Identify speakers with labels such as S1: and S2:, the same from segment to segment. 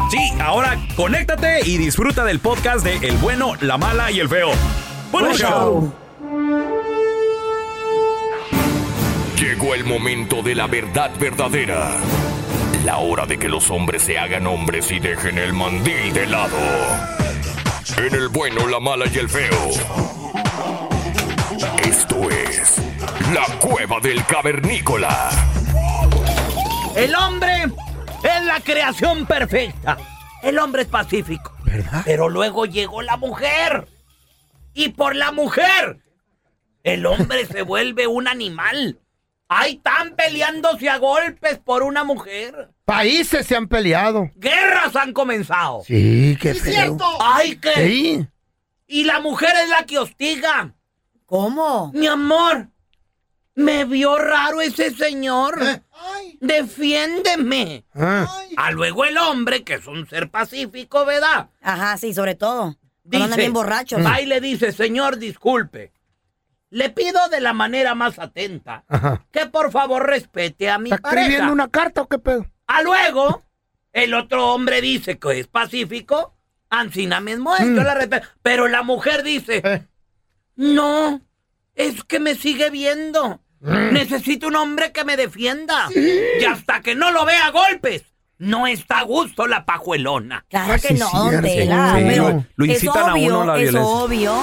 S1: Sí, ahora conéctate y disfruta del podcast de El bueno, la mala y el feo. Buen
S2: Buen
S1: show.
S2: Llegó el momento de la verdad verdadera. La hora de que los hombres se hagan hombres y dejen el mandil de lado. En el bueno, la mala y el feo. Esto es la cueva del cavernícola.
S3: El hombre es la creación perfecta. El hombre es pacífico. Pero luego llegó la mujer. Y por la mujer, el hombre se vuelve un animal. Ahí están peleándose a golpes por una mujer.
S4: Países se han peleado.
S3: Guerras han comenzado.
S4: Sí, qué feo.
S3: ¡Ay, qué!
S4: Sí.
S3: Y la mujer es la que hostiga. ¿Cómo? Mi amor, me vio raro ese señor. Defiéndeme.
S4: Ah.
S3: A luego el hombre, que es un ser pacífico, ¿verdad?
S5: Ajá, sí, sobre todo. Cuando
S3: Dice,
S5: andan bien borrachos.
S3: Va y le dice, señor, disculpe. Le pido de la manera más atenta
S4: Ajá.
S3: que por favor respete a mi
S4: ¿Está
S3: pareja.
S4: escribiendo una carta o qué pedo?
S3: A luego, el otro hombre dice que es pacífico, Ancina me muere, yo la respeto. Pero la mujer dice, no, es que me sigue viendo. Necesito un hombre que me defienda. Y hasta que no lo vea a golpes, no está a gusto la pajuelona.
S5: Claro que no, don Tela,
S3: Sí,
S5: pero
S3: lo- lo incitan
S5: es
S3: a
S5: obvio,
S3: uno a la
S5: es
S3: violencia. ¿Mm?
S5: obvio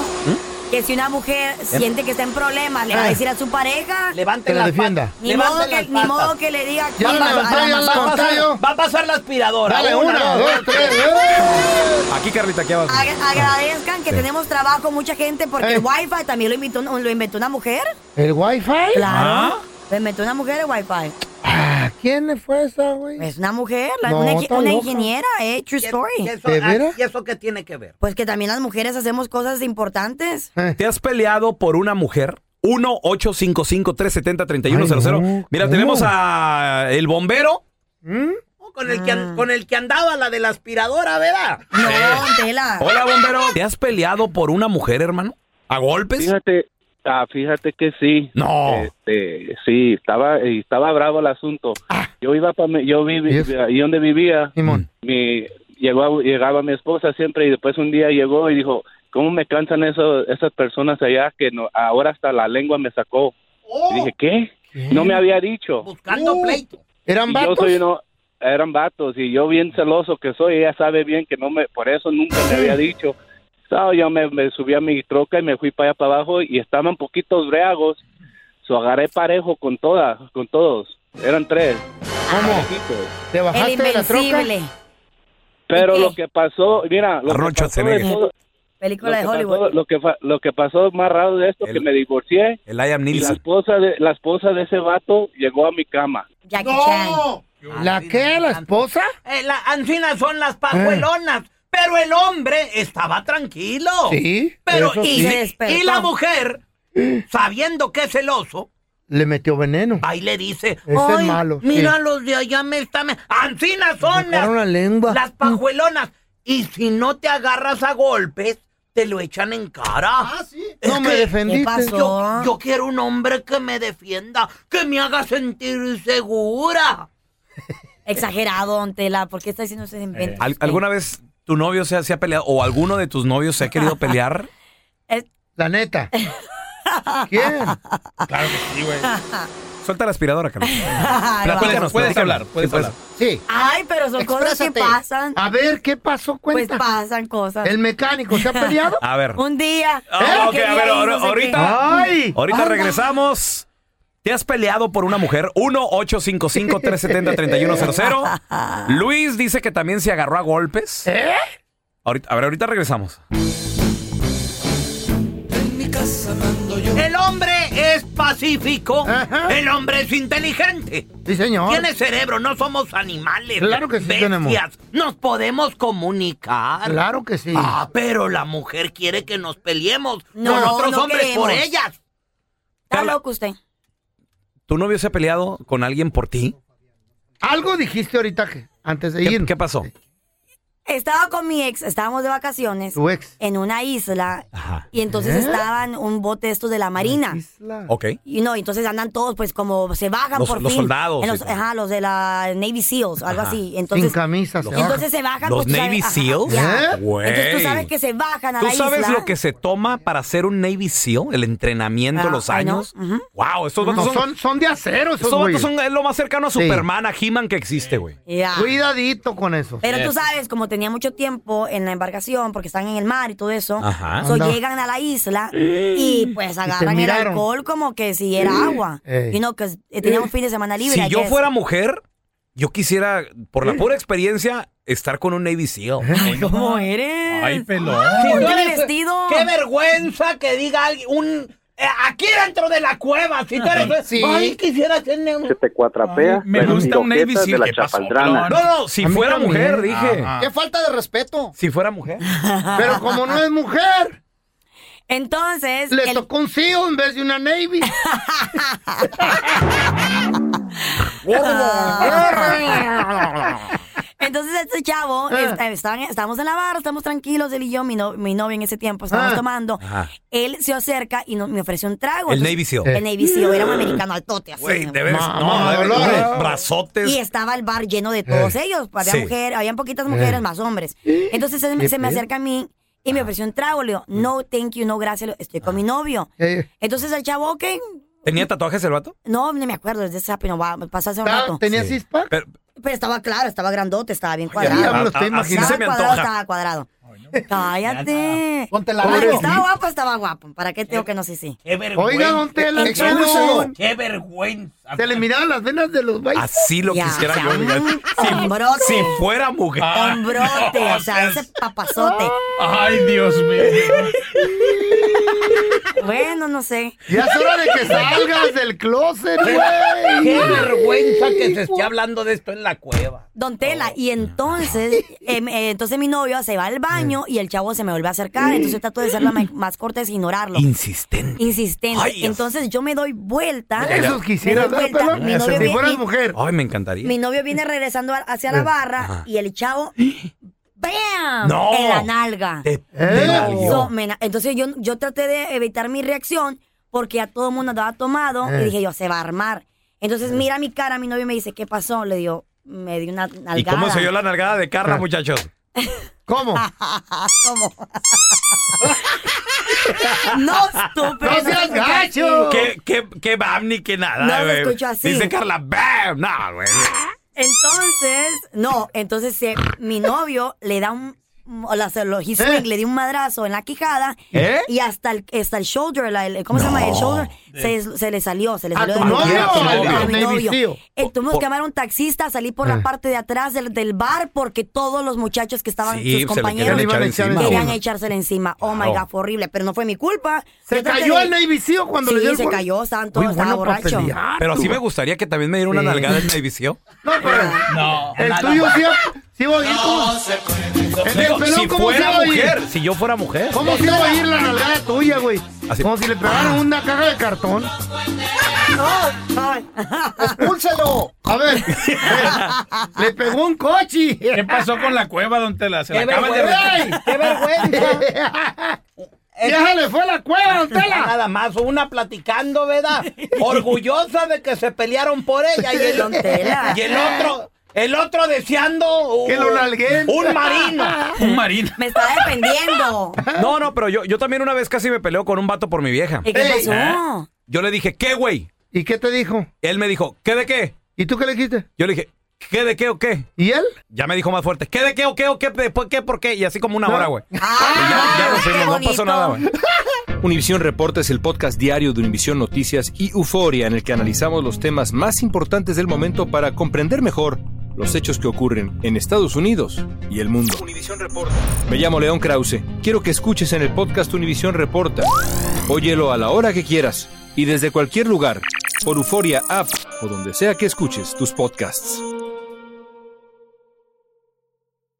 S5: que si una mujer siente que está en problemas, le va a
S3: Eh.
S5: decir a su pareja...
S3: Levante la
S4: defienda.
S5: Ni modo, que, ni modo que le diga...
S3: Ya
S5: "Quiero
S3: la-
S5: a la
S3: ya la-
S5: mamá".
S3: va a pasar- va a pasar la aspiradora.
S5: Dale, una, dos, tres,
S1: Aquí, Carlita, aquí abajo.
S5: Agra- Agradezcan que
S1: Sí.
S5: tenemos trabajo, mucha gente, porque
S4: Eh.
S5: el Wi-Fi también lo, invitó- lo inventó una mujer.
S4: ¿El Wi-Fi?
S5: Claro. Lo inventó una mujer el Wi-Fi.
S4: ¿A quién fue esa, güey?
S5: Es una mujer, la-
S4: No,
S5: una, ingi-
S4: está
S5: una
S4: loca.
S5: ingeniera, eh, true story.
S3: ¿Y eso, ah,
S4: ¿De veras?
S3: ¿Y eso qué tiene que ver?
S5: Pues que también las mujeres hacemos cosas importantes.
S3: Eh.
S1: ¿Te has peleado por una mujer? 1-855-370-3100.
S3: Ay, no,
S1: Mira,
S3: ¿cómo?
S1: tenemos a el bombero.
S3: No, Con el, que,
S4: Ah.
S3: an- con el que andaba la de la aspiradora, ¿verdad?
S5: No,
S3: Ah.
S5: Tela.
S1: Hola, bombero. ¿Te has peleado por una mujer, hermano? ¿A golpes?
S6: Fíjate, ah, fíjate que sí.
S1: No.
S6: Este, sí, estaba, eh, estaba bravo el asunto. Yo iba para, yo viví, ahí donde vivía. Mi, llegó, llegaba mi esposa siempre y después un día llegó y dijo, ¿cómo me cansan eso, esas personas allá que no, ahora hasta la lengua me
S3: Pues,
S6: sacó? Y dije, ¿qué? No me había dicho.
S4: Uh,
S3: Buscando pleito.
S6: Y yo soy uno, eran vatos y yo bien celoso que soy, ella sabe bien que no me, por eso nunca le había dicho. So, yo me, me subí a mi troca y me fui para allá para abajo y estaban poquitos breagos. So, agarré parejo con todas, con todos. Eran tres.
S4: ¿Cómo? ¿Te bajaste
S5: El
S4: de la troca?
S5: Invencible.
S6: Pero lo que pasó, mira, lo
S1: Arnold
S6: que pasó de
S1: Schwarzenegger.
S6: todo- lo
S5: Película
S6: que
S5: de
S6: pasó-
S5: Hollywood.
S6: lo que fa- lo que pasó más raro de esto, que me divorcié
S1: El Liam
S6: y la
S1: Neeson.
S6: esposa, de, la esposa de ese vato llegó a mi cama.
S5: Jackie Chan.
S4: ¡No! ¿La qué? ¿La esposa? Eh.
S3: Eh, la ancina son las pajuelonas. Pero el hombre estaba tranquilo.
S4: Sí,
S3: Pero
S4: eso
S3: y,
S4: sí.
S5: Se despertó.
S3: y la mujer, sabiendo que es celoso,
S4: Le metió veneno.
S3: ahí le dice,
S4: Ese es
S3: Ay,
S4: malo,
S3: mira
S4: sí.
S3: los de allá me están... Ancina son las,
S4: sacaron la lengua.
S3: las pajuelonas. Y si no te agarras a golpes, te lo echan en cara. Ah, sí.
S4: No me defendiste.
S5: ¿Qué pasó?
S3: Yo, yo quiero un hombre que me defienda, que me haga sentir segura.
S5: Exagerado, Ah, don Tela. ¿Por qué está diciendo
S4: Eh.
S5: esos inventos?
S1: ¿Al- ¿Alguna vez tu novio se ha, se ha peleado o alguno de tus novios se ha querido pelear?
S4: La neta. ¿Quién?
S1: Suelta la aspiradora, Carlos.
S7: Puedes, puedes hablar, puedes hablar.
S4: Sí.
S5: Ay, pero son cosas que
S4: Exprésate.
S5: pasan.
S4: A ver, ¿qué pasó?
S5: Pues
S4: Ah, Cuenta.
S5: pasan cosas.
S4: ¿El mecánico se ha peleado?
S1: A ver.
S5: Un día.
S1: Ah,
S5: ¿Eh?
S1: ok, a ver,
S5: Quería ir,
S1: ahora-
S5: no sé qué.
S1: ahorita.
S4: ¡Ay!
S1: Ahorita regresamos. ¿Te has peleado por una mujer? 1-855-370-3100. Luis dice que también se agarró a golpes.
S4: ¿Eh?
S1: Ahorita, a ver, ahorita regresamos.
S3: El hombre es pacífico.
S4: Ajá.
S3: El hombre es inteligente.
S4: Sí, señor.
S3: Tiene cerebro, no somos animales.
S4: Claro que sí
S3: Eh, bestias.
S4: tenemos.
S3: Nos podemos comunicar.
S4: Claro que sí.
S3: Ah, pero la mujer quiere que nos peleemos
S5: No,
S3: con otros
S5: no
S3: hombres por
S5: queremos.
S3: ellas.
S5: Está
S1: Carla.
S5: loco usted.
S1: ¿Tu novio se ha peleado con alguien por ti?
S4: Algo dijiste ahorita que antes de
S1: ¿Qué,
S4: ir.
S1: qué pasó?
S5: Estaba con mi ex, estábamos de vacaciones
S4: Tu ex. ¿Eh?
S5: en una isla
S1: Ajá.
S5: y entonces estaban un bote estos de la marina.
S4: Isla.
S1: Ok.
S5: Y no, entonces andan todos, pues como se bajan
S1: Los-
S5: por
S1: los
S5: fin.
S1: soldados,
S5: En los-
S1: sí.
S5: ajá, los de la Navy SEALs, algo
S1: Ajá.
S5: así.
S4: Ah, Sin
S5: Entonces,
S4: camisa se baja.
S5: entonces se bajan.
S1: ¿Los
S5: pues, tú
S1: Navy
S5: sabes- ajá,
S1: SEALs?
S5: ya.
S4: ¿Eh?
S1: Güey.
S5: Entonces tú sabes que se bajan a
S1: ¿Tú
S5: la isla.
S1: sabes lo que se toma para ser un Navy SEAL? El entrenamiento,
S5: Ah,
S1: los
S5: ay, ¿no?
S1: años.
S5: Ujú.
S1: Wow, estos vatos
S4: No,
S1: son,
S4: son, son de acero esos
S1: estos vatos
S4: güeyes.
S1: son- es lo más cercano a
S4: Sí.
S1: Superman, a He-Man que existe, güey.
S5: Ya.
S4: Cuidadito con eso.
S5: Pero tú sabes, como tenía mucho tiempo en la embarcación, porque están en el mar y todo eso,
S1: Ajá.
S5: so
S4: Anda.
S5: llegan a la isla y pues agarran el
S4: miraron.
S5: alcohol como que si era agua.
S4: Ey.
S5: Y no, que eh, tenía un fin de semana libre.
S1: Si yo
S5: ayer.
S1: fuera mujer, yo quisiera, por la pura experiencia, estar con un Navy SEAL.
S4: ¿Eh?
S5: ¿Cómo eres?
S7: Ay, pelón.
S5: ¿Por qué
S3: Tú
S5: el
S3: eres-
S5: vestido?
S3: ¡Qué vergüenza que diga alguien! Un, eh, aquí dentro de la cueva, si tú eres.
S4: Sí.
S3: Ay, quisiera tener un.
S6: te cuatrapea.
S7: Me gusta un Navy Seal. ¿Qué pasó, pelón?
S1: No, no, si
S4: A mí
S1: fuera
S4: también.
S1: mujer, dije.
S7: Ajá.
S4: Qué falta de respeto.
S1: Si fuera mujer.
S4: Ah. Pero como no es mujer,
S5: Entonces,
S4: le
S5: el-
S4: tocó un CEO en vez de una Navy.
S5: Ah. entonces este chavo,
S4: Ah.
S5: está- estaban- estamos en la barra, estamos tranquilos, él y yo, mi, no- mi novia en ese tiempo, estábamos
S4: Ah.
S5: tomando.
S1: Ajá.
S5: Él se acerca y no- me ofrece un trago.
S1: El
S5: Entonces,
S1: Navy SEAL.
S5: El Navy SEAL, era un americano altote, así.
S1: Güey, de veras,
S4: Mamá,
S1: no, de veras,
S4: Dolores.
S1: unos brazotes.
S5: Y estaba el bar lleno de todos ellos. Había
S1: Sí.
S5: mujeres, habían poquitas mujeres, más hombres. Entonces se,
S4: ¿Qué
S5: se me
S4: pedo?
S5: acerca a mí y me ofreció un trago. Le digo, no, thank you, no, gracias, estoy con mi novio.
S4: Eh,
S5: Entonces el chavo, ok,
S1: ¿Tenía tatuajes el vato?
S5: no, no me acuerdo, desde ese pero va, pasó hace un
S4: ta-
S5: rato.
S4: Ah, ¿Tenía
S1: Sí.
S4: cispa?
S1: Pero,
S5: Pero estaba claro, estaba grandote, estaba bien
S4: Ya,
S5: cuadrado.
S4: me lo estoy
S1: a- a- así
S4: imaginando.
S1: se
S5: Estaba
S1: me
S5: cuadrado,
S1: antoja.
S5: estaba cuadrado. Cállate.
S4: Ponte la
S5: Para
S4: mano.
S5: que estaba guapo, estaba guapo. ¿Para qué tengo que no sí, sí?
S3: ¡Qué vergüenza!
S4: Oiga, don Tela,
S5: Entonces-
S3: ¡Qué vergüenza!
S4: Se le miraban las venas de los bailes.
S1: Así lo
S5: Ya,
S1: quisiera yo.
S5: ya,
S1: mira.
S5: mm,
S1: Si,
S5: hombrote.
S1: si fuera mujer.
S5: Hombrote, o sea, ese papazote.
S4: Ah.
S7: Ay, Dios mío.
S5: Bueno, no sé.
S4: Ya es hora de que salgas del closet, güey.
S3: ¡Qué vergüenza que se esté hablando de esto en la cueva!
S5: Don Tela, y entonces, em, eh, entonces mi novio se va al baño y el chavo se me vuelve a acercar, entonces yo trato de ser la ma- más cortés e ignorarlo.
S1: Insistente.
S5: Insistente.
S1: Ay, Dios.
S5: entonces yo me doy vuelta.
S4: Eso quisiera
S5: Me doy
S4: dar,
S5: vuelta.
S4: pelón.
S5: Mi novio
S4: Si
S5: viene-
S4: fueras
S5: mi-
S4: mujer.
S1: Ay, me encantaría.
S5: Mi novio viene regresando a- hacia la barra y el chavo, ¡bam!
S1: No.
S5: En la nalga.
S1: Te- te
S4: Eh.
S1: valió.
S5: So, me na- entonces yo, yo traté de evitar mi reacción porque a todo el mundo andaba tomado y dije yo, se va a armar. Entonces mira mi cara, mi novio me dice, ¿qué pasó? Le digo, me di una nalgada.
S1: ¿Y cómo se oyó la nalgada de Carla,
S4: Ah.
S1: muchachos?
S4: ¿Cómo?
S5: No, estúpido.
S4: ¡No seas gacho!
S1: ¿Qué, qué, qué bam ni qué nada,
S5: No, se
S1: güey?
S5: escuchó así.
S1: Dice Carla, bam. No, güey.
S5: Entonces, no, entonces se- mi novio le da un. o la- se lo- he swing, le dio un madrazo en la quijada
S8: ¿Eh?
S5: y hasta el, hasta el shoulder, la- el- ¿cómo se llama? El shoulder se, se le salió, se le
S8: ¿A
S5: salió
S8: tu
S5: del-
S8: novio?
S5: a mi
S8: Al-
S5: novio.
S8: al Navy
S5: novio.
S8: Seal.
S5: Eh, tuvimos
S8: Por-
S5: que llamar a un taxista, salí por
S4: Eh.
S5: la parte de atrás del, del bar porque todos los muchachos que estaban,
S8: Sí, se
S5: sus
S8: le
S5: compañeros,
S8: querían echar encima,
S5: querían
S8: güey.
S5: echársele encima. Oh my
S8: Claro.
S5: God, fue horrible, pero no fue mi culpa.
S4: ¿Se
S5: Yo traté
S4: cayó
S5: de-
S4: al Navy Seal cuando
S5: sí,
S4: le dio el
S5: se
S4: gol?
S5: cayó, santo,
S4: Muy
S5: estaba
S4: bueno para
S5: borracho.
S4: pelear.
S1: Pero sí me gustaría que también me diera una nalgada en Navy Seal.
S4: No, El
S1: nada
S4: tuyo
S1: más.
S4: sí, ah, sí va a ir como... El del
S1: Digo,
S4: pelón,
S1: si
S4: ¿cómo se
S1: fuera
S4: va a ir?
S1: mujer, si yo fuera mujer.
S4: ¿Cómo se va a ir la nalgada tuya, güey? Como si le
S1: Ah.
S4: pegaran una caja de cartón. ¡Expúlselo! A ver, le pegó un coche.
S7: ¿Qué pasó con la cueva, don Tela? Se la
S4: ¡Qué
S7: acaban de
S4: vergüenza!
S7: retar.
S4: ¡Qué vergüenza! ¡Ya se le fue la cueva, don Tela!
S9: Eh, Nada más, una platicando, ¿verdad? Orgullosa de que se pelearon por ella. Y el,
S5: Don Tela.
S9: y el otro, el otro deseando un,
S1: Que lo nalguen.
S9: un marino.
S1: Un marino.
S5: Me está defendiendo.
S1: No, no, pero yo, yo también una vez casi me peleo con un vato por mi vieja.
S5: ¿Y qué
S1: Ey.
S5: pasó? Oh,
S1: ¿Eh? Yo le dije, ¿qué, güey?
S4: ¿Y qué te dijo?
S1: Él me dijo, ¿qué de qué?
S4: ¿Y tú qué le dijiste?
S1: Yo le dije, ¿qué de qué o qué?
S4: ¿Y él?
S1: Ya me dijo más fuerte, ¿qué de qué o qué o qué? Después, ¿qué por qué? Y así como una hora, güey. Y ya, ya nos fuimos, no pasó nada, güey.
S10: Univisión Reporta es el podcast diario de Univisión Noticias y Euforia en el que analizamos los temas más importantes del momento para comprender mejor los hechos que ocurren en Estados Unidos y el mundo. Me llamo León Krause. Quiero que escuches en el podcast Univisión Reporta. Óyelo a la hora que quieras y desde cualquier lugar por Euforia App o donde sea que escuches tus podcasts.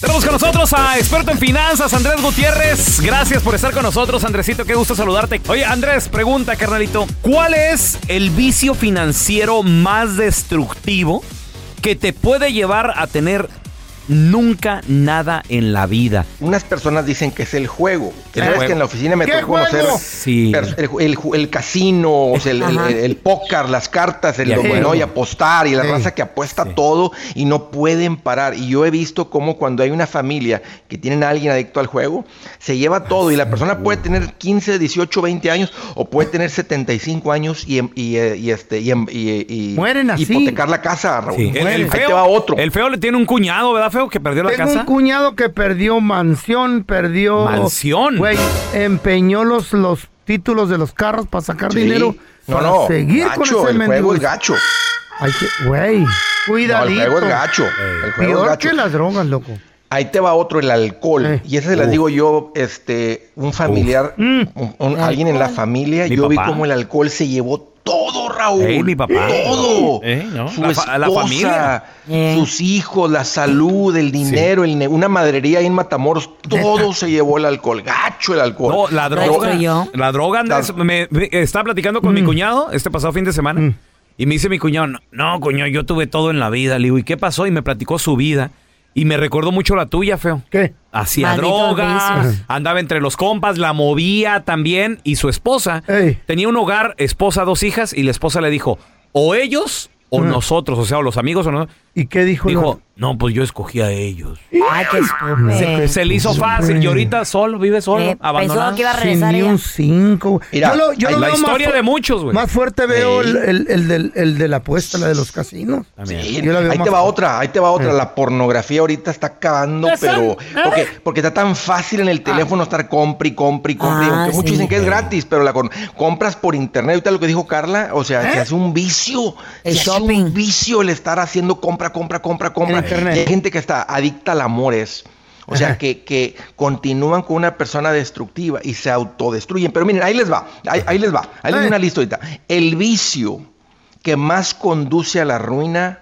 S1: Tenemos con nosotros a experto en finanzas, Andrés Gutiérrez. Gracias por estar con nosotros, Andresito. Qué gusto saludarte. Oye, Andrés, pregunta, carnalito. ¿Cuál es el vicio financiero más destructivo que te puede llevar a tener nunca nada en la vida?
S11: Unas personas dicen que es el juego.
S1: El
S11: Sabes
S1: juego.
S11: que en la oficina me
S1: ¿Qué
S11: tocó conocer
S1: juego?
S11: pers- el, ju- el ju- el casino, o sea, el, el-
S1: Ajá.
S11: el- el póker, las cartas, el
S1: De
S11: dominó
S1: acuerdo.
S11: y apostar y la
S1: Sí.
S11: raza que apuesta todo y no pueden parar. Y yo he visto cómo cuando hay una familia que tienen a alguien adicto al juego, se lleva todo y la persona puede tener 15, 18, 20 años o puede tener 75 años y, em- y, eh, y este, y, em- y- y-
S4: Mueren así.
S11: hipotecar la casa, Raúl.
S1: El, el
S11: Ahí
S1: feo,
S11: te va otro.
S1: el feo le tiene un cuñado, ¿verdad, feo? Que perdió la
S4: Tengo
S1: casa.
S4: un cuñado que perdió mansión, perdió...
S1: Mansión.
S4: Güey, empeñó los, los títulos de los carros para sacar
S11: Sí.
S4: dinero.
S11: No,
S4: para
S11: no,
S4: seguir
S11: gacho,
S4: con ese
S11: el juego es
S4: mendigo-
S11: gacho.
S4: Ay, qué- güey, cuidadito.
S11: No, el juego es gacho. El juego
S4: Peor
S11: es gacho.
S4: que las drogas, loco.
S11: Ahí te va otro, el alcohol. Y ese
S4: Uf.
S11: les digo yo, este, un familiar, un- un-
S4: Mm.
S11: alguien en la familia,
S1: Mi
S11: yo vi
S1: papá.
S11: cómo el alcohol se llevó todo, Raúl.
S1: Ey, mi papá.
S11: Todo.
S1: Ey, ¿no?
S11: Su
S1: La fa- la
S11: esposa,
S1: familia.
S4: Eh.
S11: sus hijos, la salud, el dinero, el ne- una madrería ahí en Matamoros, todo se llevó el alcohol. Gacho el alcohol.
S1: No,
S5: Mm.
S4: Mm.
S1: la droga. La droga, Andrés, me- me- estaba platicando con mi cuñado este pasado fin de semana Y me dice mi cuñado, no, no, cuñado, yo tuve todo en la vida. Le digo, ¿y qué pasó? Y me platicó su vida. Y me recordó mucho la tuya, feo.
S4: ¿Qué?
S1: Hacía
S4: Malditos
S1: drogas,
S4: vicios.
S1: andaba entre los compas, la movía también. Y su esposa tenía un hogar, esposa, dos hijas, y la esposa le dijo, o ellos o nosotros, o sea, o los amigos o no.
S4: ¿Y qué dijo?
S1: Dijo, no, pues yo escogí a ellos.
S5: Ay, qué
S1: Se,
S5: estúpido. Eh,
S1: se le hizo fácil y ahorita solo, vive solo, abandonado.
S5: que iba a
S4: Sí,
S5: regresar
S4: ni
S5: ella.
S4: un 5.
S1: Mira, la historia de muchos, güey.
S4: Más fuerte veo
S1: Ey.
S4: el, el- el del- el de la apuesta, la de los casinos.
S11: Sí,
S4: Yo la veo
S11: ahí
S4: más
S11: te va
S4: fácil.
S11: otra, ahí te va otra. La pornografía ahorita está acabando,
S4: Esa,
S11: pero
S4: ¿eh?
S11: porque, porque está tan fácil en el teléfono estar compra y compra y compra. y
S4: Ah,
S11: aunque muchos
S4: sí.
S11: dicen que es gratis, pero la con- compras por internet. Ahorita lo que dijo Carla, o sea,
S4: ¿Eh?
S11: se hace un vicio. El se hace un vicio el estar haciendo compra, compra, compra, compra.
S4: internet.
S11: Y hay gente que está adicta al amor es. O sea, que, que continúan con una persona destructiva y se autodestruyen. Pero miren, ahí les va, ahí, ahí les va, ahí les doy una lista ahorita. El vicio que más conduce a la ruina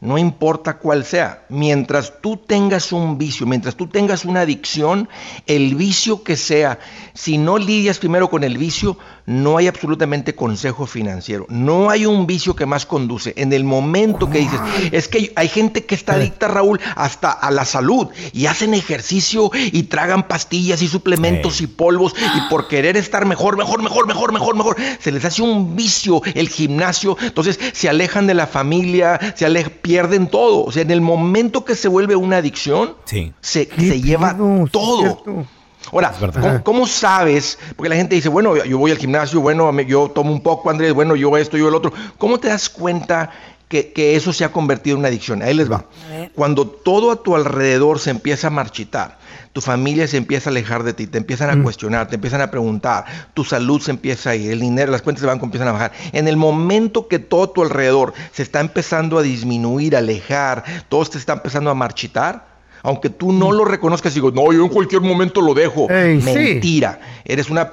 S11: no importa cuál sea, mientras tú tengas un vicio, mientras tú tengas una adicción, el vicio que sea, si no lidias primero con el vicio, no hay absolutamente consejo financiero. No hay un vicio que más conduce. En el momento que dices, es que hay gente que está adicta, Raúl, hasta a la salud y hacen ejercicio y tragan pastillas y suplementos y polvos y por querer estar mejor, mejor, mejor, mejor, mejor, mejor, se les hace un vicio el gimnasio, entonces se alejan de la familia, se ale- pierden todo. O sea, en el momento que se vuelve una adicción, se, se lleva todo. Ahora, ¿cómo, cómo sabes? Porque la gente dice, bueno, yo voy al gimnasio, bueno, me- yo tomo un poco, Andrés, bueno, yo esto, yo el otro. ¿Cómo te das cuenta que, que eso se ha convertido en una adicción? Ahí les va. Cuando todo a tu alrededor se empieza a marchitar, tu familia se empieza a alejar de ti, te empiezan
S4: Mm.
S11: a cuestionar, te empiezan a preguntar, tu salud se empieza a ir, el dinero, las cuentas de banco empiezan a bajar. En el momento que todo a tu alrededor se está empezando a disminuir, a alejar, todo se está empezando a marchitar, aunque tú no lo reconozcas y digo, no, yo en cualquier momento lo dejo.
S4: Mm. Ey, sí.
S11: Mentira. Eres una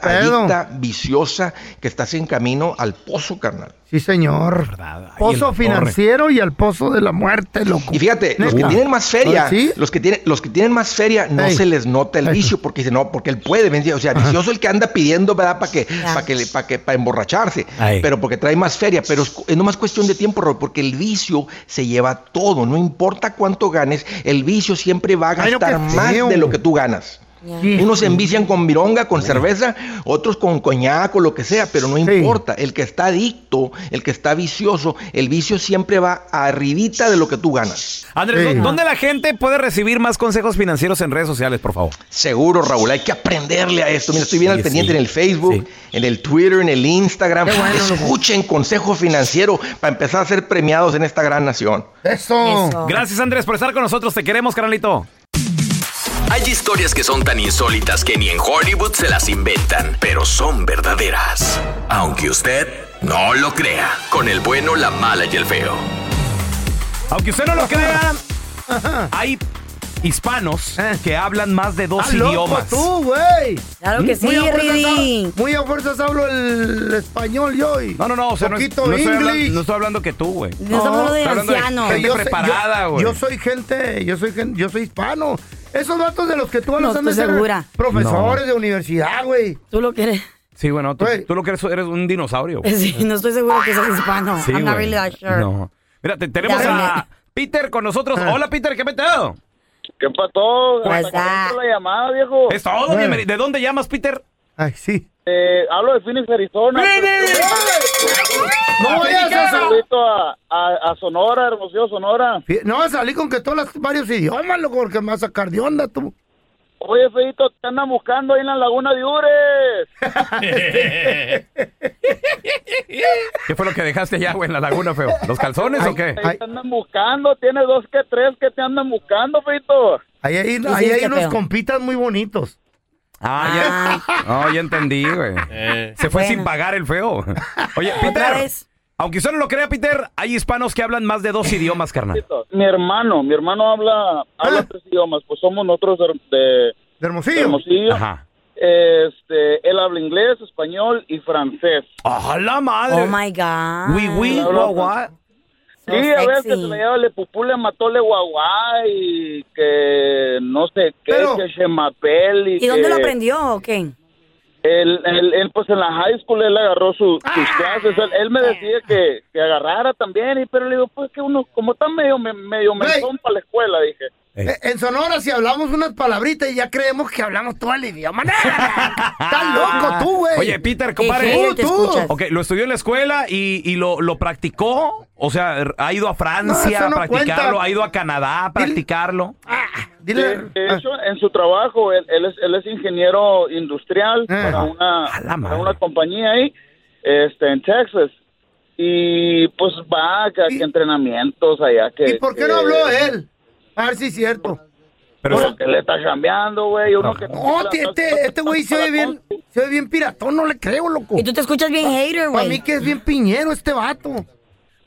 S4: Puro pedo.
S11: adicta, viciosa, que estás en camino al pozo, carnal.
S4: Sí, señor. Pozo financiero y al pozo de la muerte, loco.
S11: Y fíjate, los que
S4: Neta.
S11: tienen más feria,
S4: Ah, ¿sí?
S11: los que tienen, los que tienen más feria, no
S4: Ey.
S11: se les nota el vicio porque dicen, no, porque él puede, ¿me entiendes? o sea, vicioso el que anda pidiendo, ¿verdad? Para que, para que, le- para que, para emborracharse,
S1: Ey.
S11: pero porque trae más feria, pero es, cu- es nomás cuestión de tiempo, Raúl, porque el vicio se lleva todo, no importa cuánto ganes, el vicio siempre va a
S4: Ay, no,
S11: gastar
S4: qué
S11: más
S4: feo.
S11: de lo que tú ganas.
S4: Sí.
S11: Unos se envician con vironga, con cerveza, otros con coñac o lo que sea, pero no importa. El que está adicto, el que está vicioso, el vicio siempre va arribita de lo que tú ganas.
S1: Andrés, ¿dó- ¿dónde la gente puede recibir más consejos financieros en redes sociales, por favor?
S11: Seguro, Raúl, hay que aprenderle a esto. Mira, estoy bien
S1: Sí,
S11: al pendiente
S1: sí.
S11: en el Facebook, en el Twitter, en el Instagram. Escuchen consejo financiero para empezar a ser premiados en esta gran nación.
S4: Eso.
S1: Gracias, Andrés, por estar con nosotros. Te queremos, carnalito.
S8: Hay historias que son tan insólitas que ni en Hollywood se las inventan, pero son verdaderas. Aunque usted no lo crea, con el bueno, la mala y el feo.
S1: Aunque usted no lo crea, hay hispanos que hablan más de dos
S4: Ah, Eh. loco
S1: idiomas.
S4: tú, güey!
S1: Claro que sí,
S4: muy a fuerzas
S1: Ridi.
S4: hablo- Muy a fuerzas hablo el español yo. y
S1: No, no, no, o sea, no, es-
S4: Poquito
S1: no estoy,
S4: English.
S1: hablando, no estoy hablando que tú, güey.
S4: No estamos hablando de
S1: Estoy
S4: ancianos.
S1: gente
S4: Yo sé-
S1: preparada,
S4: yo-
S1: güey.
S4: Yo soy gente, yo soy gen- yo soy hispano. Esos datos de los que tú hablas
S5: No
S4: han de
S5: estoy
S4: ser
S5: segura.
S4: profesores de universidad, güey.
S5: Tú lo quieres.
S1: Sí, bueno, tú,
S4: Pues-
S1: tú lo que eres, eres un dinosaurio. güey.
S5: Sí, no estoy seguro que seas hispano.
S1: Sí,
S5: I'm not
S1: güey.
S5: really that sure.
S1: No. Mira, te- tenemos
S5: Ya
S1: a Peter con nosotros.
S4: Ah.
S1: Hola, Peter, ¿qué peteo?
S12: ¿Qué pasó?
S1: Pues,
S5: ah.
S12: Hasta que la llamada, viejo.
S1: Es todo, bienvenido. ¿De dónde llamas, Peter?
S4: Ay, sí.
S12: Eh, hablo de Phoenix, Arizona.
S4: No vayas a-
S12: Un saludito a, a, a Sonora, Hermosillo, Sonora.
S4: Fí- No, salí con que todas las varios idiomas, loco, porque me vas a sacar de onda tú.
S12: Oye, Feito, te andan buscando ahí en la Laguna de Ures.
S1: ¿Qué fue lo que dejaste allá, güey, en la laguna, feo? ¿Los calzones o qué?
S12: Ahí te andan buscando, tienes dos que tres que te andan buscando, Feito.
S4: Ahí hay,
S12: Sí,
S4: ahí
S12: sí,
S4: hay
S12: qué
S4: unos
S12: feo.
S4: compitas muy bonitos.
S1: Ah, ya. No, ya entendí, güey. Se fue
S4: Bueno.
S1: sin pagar el feo. Oye, Peter. Aunque usted no lo crea, Peter, hay hispanos que hablan más de dos idiomas, carnal.
S12: Mi hermano, mi hermano habla,
S1: Ah.
S12: habla tres idiomas, pues somos nosotros de, de
S4: Hermosillo.
S12: Hermosillo.
S1: Ajá.
S12: Este, él habla inglés, español y francés.
S1: ¡A la madre!
S5: Oh my God.
S1: Oui, oui,
S12: Habla
S1: guau, guau.
S12: Sí, a veces se le lleva le pupule, mató le guaguá y que no sé qué, que chemapel y
S5: ¿Y dónde
S9: Eh,
S12: que-
S5: lo aprendió o qué?
S12: Él, él, él, pues en la high school él agarró su-
S4: Ah.
S12: sus clases. Él, él me decía que, que agarrara también, y pero le digo, pues que uno, como está medio, me- medio mensón para la escuela, dije.
S4: Eh, En Sonora, si hablamos unas palabritas, ya creemos que hablamos todo el idioma. ¡Nah! ¡Estás loco tú, güey!
S1: Oye, Peter, compadre.
S4: ¡Tú, tú!
S1: Ok, lo estudió en la escuela y, y lo, lo practicó. O sea, r- ha ido a Francia
S12: eso
S1: a
S12: no
S1: practicarlo,
S12: cuenta.
S1: ha ido a Canadá a practicarlo.
S12: De,
S4: Eh.
S12: de hecho, en su trabajo, él, él es, él es ingeniero industrial
S4: Ah.
S12: para, una, para una compañía ahí este, en Texas. Y pues va, que, que entrenamientos allá. Que,
S4: ¿Y por qué no
S12: que-
S4: habló él? A ver si es cierto.
S12: Porque le está cambiando, güey. Uno que
S4: No, este- este este güey se oye bien, se oye bien piratón, no le creo, loco. Y tú
S5: te escuchas bien hater,
S4: güey. A mí que es bien piñero este vato.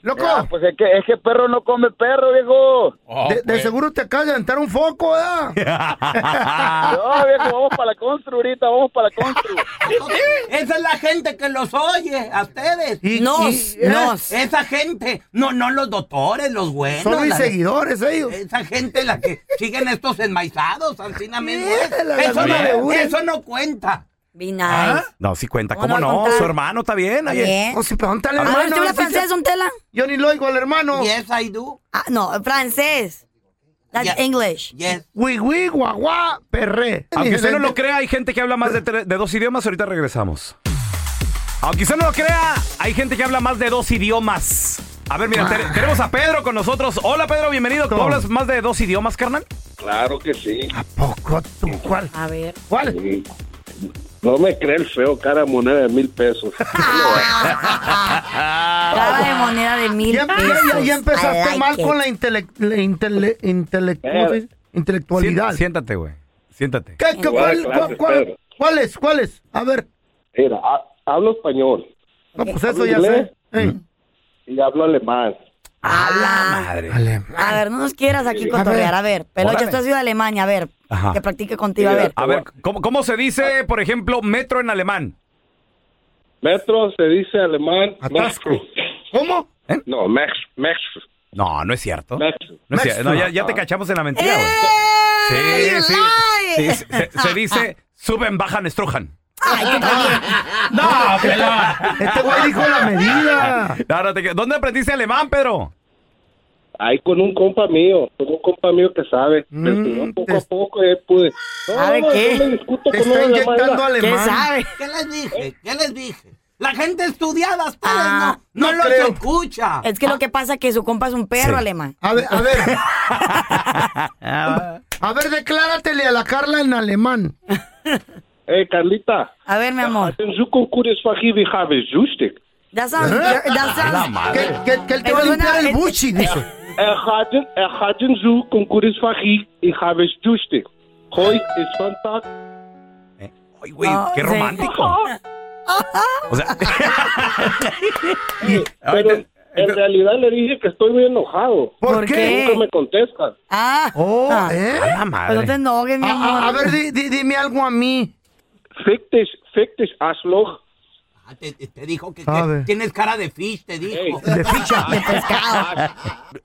S4: Loco.
S12: Ah, pues es que, es que perro no come perro, viejo.
S1: Oh,
S4: de, de
S1: pues.
S4: seguro te acabas de aventar un foco, ¿verdad?
S12: No, viejo, vamos para la constru ahorita, vamos para la constru.
S9: Esa es la gente que los oye, a ustedes.
S4: Y- eh, Nos, y- nos.
S9: Esa gente, no, no los doctores, los buenos.
S4: Son mis
S9: la-
S4: seguidores ellos.
S9: Esa gente la que siguen estos enmaizados, Ancina Méndez.
S4: la- ¿Ah?
S9: Eso,
S1: la-
S9: no,
S1: la-
S9: eso no cuenta.
S5: Be nice.
S1: No, sí cuenta.
S5: ¿Cómo
S1: ¿Cómo
S5: no va a
S1: no?
S5: contar?
S1: Su hermano está bien.
S5: Está
S1: oye.
S5: bien.
S1: No, sí, pregúntale,
S5: A ver,
S1: hermano.
S5: ¿tú hablas
S1: sí,
S5: francés, un tela?
S4: Yo ni lo oigo al hermano.
S9: Yes, I do.
S5: Ah, no, francés. That's English.
S9: Yes.
S4: Wigui, guagua, perré.
S1: Aunque usted no lo crea, hay gente que habla más de, tre- de dos idiomas. Ahorita regresamos. Aunque usted no lo crea, hay gente que habla más de dos idiomas. A ver, mira, te- tenemos a Pedro con nosotros. Hola, Pedro, bienvenido. ¿Tú hablas más de dos idiomas, carnal?
S13: Claro que sí.
S4: ¿A poco tú? ¿Cuál?
S5: A ver.
S4: ¿Cuál?
S13: No me cree el feo, cara moneda de mil pesos.
S5: Cada de moneda de mil
S4: Ya,
S5: pesos.
S4: ya- ya empezaste
S5: I like
S4: mal
S5: it.
S4: con la, intele- la intele- intele- ¿cómo se dice? intelectualidad.
S1: Sien- Eh, siéntate, güey. Siéntate.
S5: Eh,
S4: ¿Qué- qué- cuál, cuál, cuál- ¿Cuáles? ¿Cuáles? A ver.
S13: Mira, ha- hablo español.
S4: No, pues
S13: Hablo
S4: eso ya
S13: inglés
S4: sé. Eh.
S13: Y hablo alemán.
S5: A ver, no nos quieras aquí cotorrear. A ver, Pelocha,
S1: Órale.
S5: tú has ido a Alemania. A ver,
S1: Ajá.
S5: que practique contigo. A ver.
S1: A ver, ¿cómo, cómo se dice, por ejemplo, metro en alemán?
S13: Metro se dice alemán.
S1: Atasco.
S4: ¿Cómo?
S13: No, Mex, Mex,
S1: No, no es cierto.
S13: Mex. Ah.
S1: No es cierto. No, ya, ya te cachamos en la mentira,
S4: ¡Eh!
S1: güey.
S13: you
S1: Sí, sí.
S13: lie.
S1: Sí, se, se dice suben, bajan, estrujan.
S4: No, Este güey dijo la medida.
S1: No, no te cre- ¿Dónde aprendiste alemán, Pedro?
S13: Ahí con un compa mío, con un compa mío que sabe. Me enseñó poco a poco y ahí pude. No,
S9: ¿Sabe
S13: no, no,
S9: qué?
S13: yo le discuto
S9: Te
S13: con
S9: está
S13: un alemán,
S9: inyectando
S13: mira.
S9: alemán. ¿Qué les dije? ¿Qué les dije? La gente estudiada, ustedes no, no, los escucha.
S5: Ah, Es que lo que pasa es que su compa es un perro alemán.
S4: A ver, ah. a ver. A ver, decláratele a la Carla en alemán.
S13: Eh, Carlita.
S5: A ver, mi amor.
S13: En su concurso aquí, vi Javi, Justic.
S5: That sounds- that sounds-
S13: La madre.
S4: Que, que- que él te va a
S5: Eso
S4: limpiar
S5: suena-
S4: el buchi, dice.
S13: Er gaat, in- er gaat in zo'n concurrens van Guy en gaan we toestik. Gooi is van tak.
S1: Ay, güey,
S4: ah.
S1: qué romántico. O sea,
S13: Pero en realidad le dije que estoy muy enojado.
S4: ¿Por ¿Por qué? qué?
S13: Nunca me contestan.
S5: Ah.
S4: Oh,
S13: Ah.
S4: ¿eh?
S13: A la madre.
S5: Pues
S13: Pero no te
S5: enojes, mi
S4: A-
S5: amor.
S4: A, a ver, di- di- dime algo a mí.
S13: Fictish, fictish, asloch.
S9: Ah, Te, te dijo que,
S1: A
S9: que
S1: ver.
S9: tienes cara de fish, te dijo.
S1: de ficha.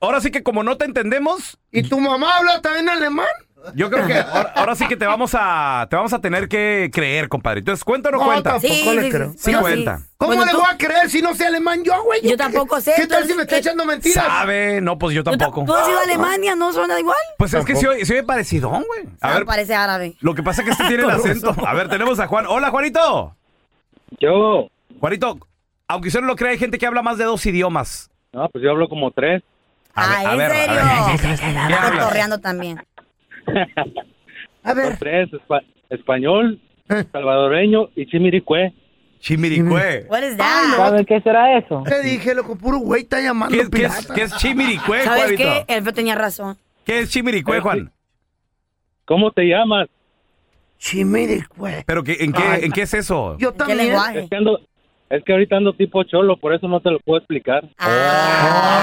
S1: Ahora sí que como no te entendemos,
S4: ¿Y tu mamá habla también alemán?
S1: yo creo que ahora, ahora sí que te vamos a te vamos a tener que creer, compadre. Entonces, ¿cuenta o no
S4: No,
S1: cuenta?
S4: tampoco Sí, le sí, creo. sí,
S1: Sí
S4: bueno,
S1: cuenta.
S4: ¿Cómo
S5: Bueno,
S4: le
S5: tú-
S4: voy a creer si no sé alemán yo, güey?
S5: Yo tampoco sé,
S4: ¿Qué tal si
S5: entonces,
S4: me está
S5: eh,
S4: echando mentiras?
S1: ¿Sabe? No, pues yo tampoco.
S5: ¿Tú has ido a Alemania? ¿No suena igual? Ah,
S1: Pues es que se oye, se oye parecidón, güey. A ver,
S5: parece árabe.
S1: lo que pasa es que este tiene el
S5: Con
S1: acento. A ver, tenemos a Juan. Hola, Juanito.
S14: Yo.
S1: Juanito, aunque usted no lo crea, hay gente que habla más de dos idiomas.
S14: No, pues yo hablo como tres.
S5: Ah,
S1: a
S5: ¿en
S1: ver, a
S5: serio?
S1: ver.
S14: ¿Qué
S5: Está
S14: hablas?
S5: cotorreando también.
S14: A ver. Eh. Tres, espa- español, salvadoreño y chimiricue.
S1: Chimiricue.
S5: What is that?
S14: ¿Saben qué será eso?
S4: Te dije, loco, puro güey está llamando
S1: ¿Qué- qué es-
S4: pirata.
S1: qué es chimiricue,
S5: ¿Sabes
S1: Juanito?
S5: qué? El feo tenía razón.
S1: ¿Qué es chimiricue, Juan?
S14: Este, ¿Cómo te llamas?
S4: Chimiricue.
S1: ¿Pero que, en, qué,
S14: Ay.
S1: en qué es eso?
S4: Yo
S14: también. Es que, ando- es que ahorita ando tipo cholo, por eso no te lo puedo explicar.
S1: Ah.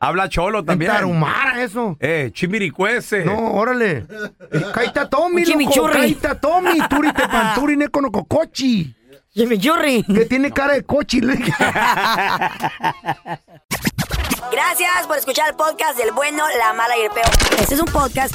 S1: Habla cholo también.
S4: Tarumara, eso.
S1: Eh, chimiricue ese.
S4: No, órale. Caita Tommy,
S1: Un
S4: loco.
S1: chimichurri.
S4: Caita Tommy, turite panturi, necono cocochi.
S5: Chimichurri.
S4: Que tiene cara de cochi. le dije.
S5: Gracias por escuchar el podcast del bueno, la mala y el peo. Este es un podcast